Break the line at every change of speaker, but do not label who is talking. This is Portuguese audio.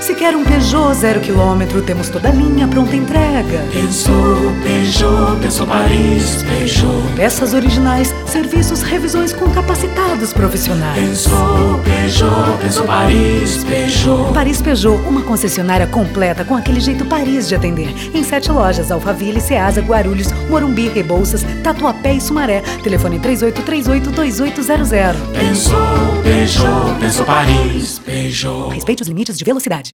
Se quer um Peugeot zero quilômetro, temos toda a linha pronta entrega.
Pensou, Peugeot, pensou Paris, Peugeot.
Peças originais, serviços, revisões com capacitados profissionais.
Pensou, Peugeot, pensou Paris, Peugeot.
Paris Peugeot, uma concessionária completa com aquele jeito Paris de atender. Em sete lojas, Alphaville, Ceasa, Guarulhos, Morumbi, Rebouças, Tatuapé e Sumaré. Telefone 3838-2800.
Pensou, Peugeot, pensou Paris, Peugeot.
Respeite os limites de velocidade.